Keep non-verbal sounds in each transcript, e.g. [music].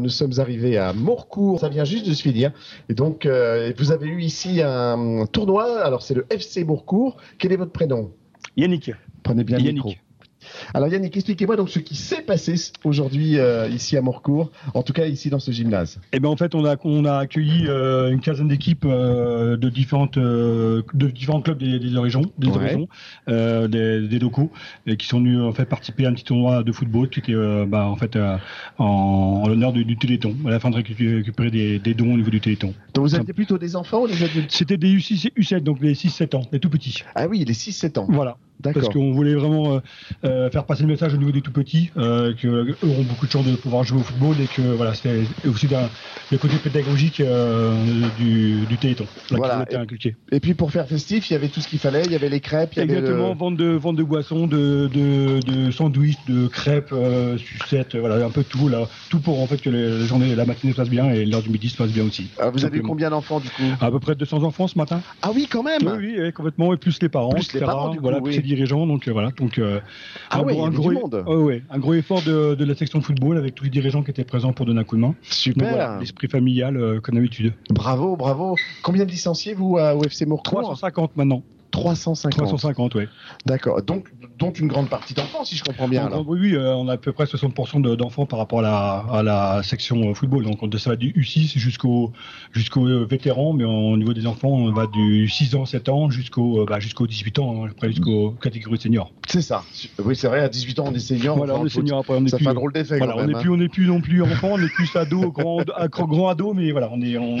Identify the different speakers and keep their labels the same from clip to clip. Speaker 1: Nous sommes arrivés à Morcourt, ça vient juste de se finir. Et donc, euh, vous avez eu ici un tournoi, alors c'est le FC Morcourt. Quel est votre prénom
Speaker 2: Yannick.
Speaker 1: Prenez bien le
Speaker 2: Yannick.
Speaker 1: micro. Alors Yannick, expliquez-moi donc ce qui s'est passé aujourd'hui euh, ici à Morcourt, en tout cas ici dans ce gymnase.
Speaker 2: Eh ben en fait, on a, on a accueilli euh, une quinzaine d'équipes euh, de différentes euh, de différents clubs des, des horizons, des
Speaker 1: Ouais.
Speaker 2: horizons, euh, des, des locaux, et qui sont venus en fait participer à un petit tournoi de football qui était euh, bah, en fait euh, en, en l'honneur du, du Téléthon, à la fin de récu- récupérer des, des dons au niveau du Téléthon.
Speaker 1: Donc vous aviez plutôt des enfants ou des adultes
Speaker 2: C'était des U6, U7, donc les 6-7 ans, les tout petits.
Speaker 1: Ah oui, les 6-7 ans.
Speaker 2: Voilà.
Speaker 1: D'accord.
Speaker 2: Parce qu'on voulait vraiment euh, euh, faire passer le message au niveau des tout petits, euh, qu'eux auront beaucoup de chance de pouvoir jouer au football et que voilà, c'était aussi d'un- le côté pédagogique euh, du, du Téléthon. là,
Speaker 1: Voilà.
Speaker 2: qui a été inculqué.
Speaker 1: Et puis pour faire festif, il y avait tout ce qu'il fallait, il y avait les crêpes, il y avait
Speaker 2: Exactement,
Speaker 1: le...
Speaker 2: vente, de, vente de boissons, de, de, de sandwichs, de crêpes, euh, sucettes, euh, voilà, un peu tout là. Tout pour en fait que les- la journée, la matinée se passe bien et l'heure du midi se passe bien aussi.
Speaker 1: Ah, vous avez eu
Speaker 2: Simplement.
Speaker 1: combien d'enfants du coup
Speaker 2: À peu près 200 enfants ce matin.
Speaker 1: Ah oui, quand même
Speaker 2: Oui, oui, oui, complètement, et plus les parents,
Speaker 1: Plus les
Speaker 2: etc.,
Speaker 1: parents, du coup,
Speaker 2: voilà,
Speaker 1: oui.
Speaker 2: plus les dirigeants, donc euh, voilà, donc euh,
Speaker 1: Ah ouais, il y
Speaker 2: gros,
Speaker 1: avait
Speaker 2: gros,
Speaker 1: du monde.
Speaker 2: ouais, ouais, un gros effort de, de la section football avec tous les dirigeants qui étaient présents pour donner un coup de main. Donc
Speaker 1: Super
Speaker 2: voilà, l'esprit familial euh, comme d'habitude.
Speaker 1: Bravo, bravo. Combien de licenciés vous euh, à UFC Morcourt
Speaker 2: 350 maintenant,
Speaker 1: 350.
Speaker 2: 350, ouais.
Speaker 1: D'accord. Donc, donc une grande partie d'enfants, si je comprends bien.
Speaker 2: En
Speaker 1: alors.
Speaker 2: gros, oui, oui, euh, on a à peu près 60% de- d'enfants par rapport à la, à la section euh, football, donc on- ça va du U6 jusqu'au jusqu'au euh, vétéran, mais en- au niveau des enfants, on va du 6 ans, 7 ans jusqu'au euh, bah, jusqu'aux 18 ans, hein, après jusqu'aux catégories seniors.
Speaker 1: C'est ça. Oui, c'est vrai, à 18 ans, on est senior.
Speaker 2: Voilà,
Speaker 1: enfin,
Speaker 2: on est
Speaker 1: faut-
Speaker 2: senior, après on est
Speaker 1: Ça
Speaker 2: plus-
Speaker 1: fait
Speaker 2: euh,
Speaker 1: un drôle d'effet
Speaker 2: Voilà,
Speaker 1: quand
Speaker 2: on
Speaker 1: même. hein.
Speaker 2: n'est plus, on n'est plus non plus enfant, on est plus ado, [laughs] grand, à- grand ado, mais voilà, on est, on,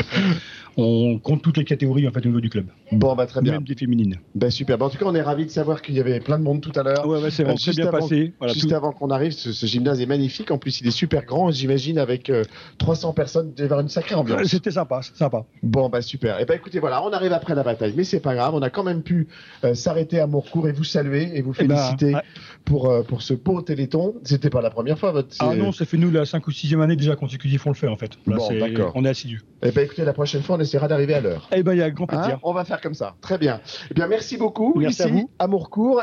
Speaker 2: on compte toutes les catégories en fait au niveau du club,
Speaker 1: hein. Bon, bah très bien.
Speaker 2: même des féminines.
Speaker 1: Bah, super. Bah, en tout cas, on est ravis de savoir qu'il y avait plein de monde tout à l'heure.
Speaker 2: Ah ouais, ouais, c'est
Speaker 1: vraiment
Speaker 2: vraiment
Speaker 1: très
Speaker 2: très
Speaker 1: Euh, juste bien
Speaker 2: bien
Speaker 1: avant-
Speaker 2: passé.
Speaker 1: Juste avant qu'on arrive, ce, ce gymnase est magnifique. En plus, il est super grand, j'imagine, avec euh, 300 personnes, il doit y avoir une sacrée ambiance.
Speaker 2: C'était sympa, c'est sympa.
Speaker 1: Bon, bah super. Et ben écoutez, voilà, on arrive après la bataille, mais c'est pas grave. On a quand même pu euh, s'arrêter à Mourcourt et vous saluer et vous
Speaker 2: Eh ben,
Speaker 1: féliciter
Speaker 2: ah-
Speaker 1: pour, euh, pour ce beau téléthon. C'était pas la première fois, votre.
Speaker 2: ah non, ça fait nous la 5 ou 6 année déjà consécutive, on le fait en fait.
Speaker 1: Bon,
Speaker 2: c'est-
Speaker 1: d'accord.
Speaker 2: On est assidus.
Speaker 1: Eh ben écoutez, la prochaine fois, on essaiera d'arriver à l'heure.
Speaker 2: Eh ben, il y a grand
Speaker 1: Hein
Speaker 2: plaisir.
Speaker 1: on va faire comme ça. Très bien. Eh bien, merci beaucoup.
Speaker 2: Merci
Speaker 1: ici,
Speaker 2: à vous.
Speaker 1: à Mourcourt.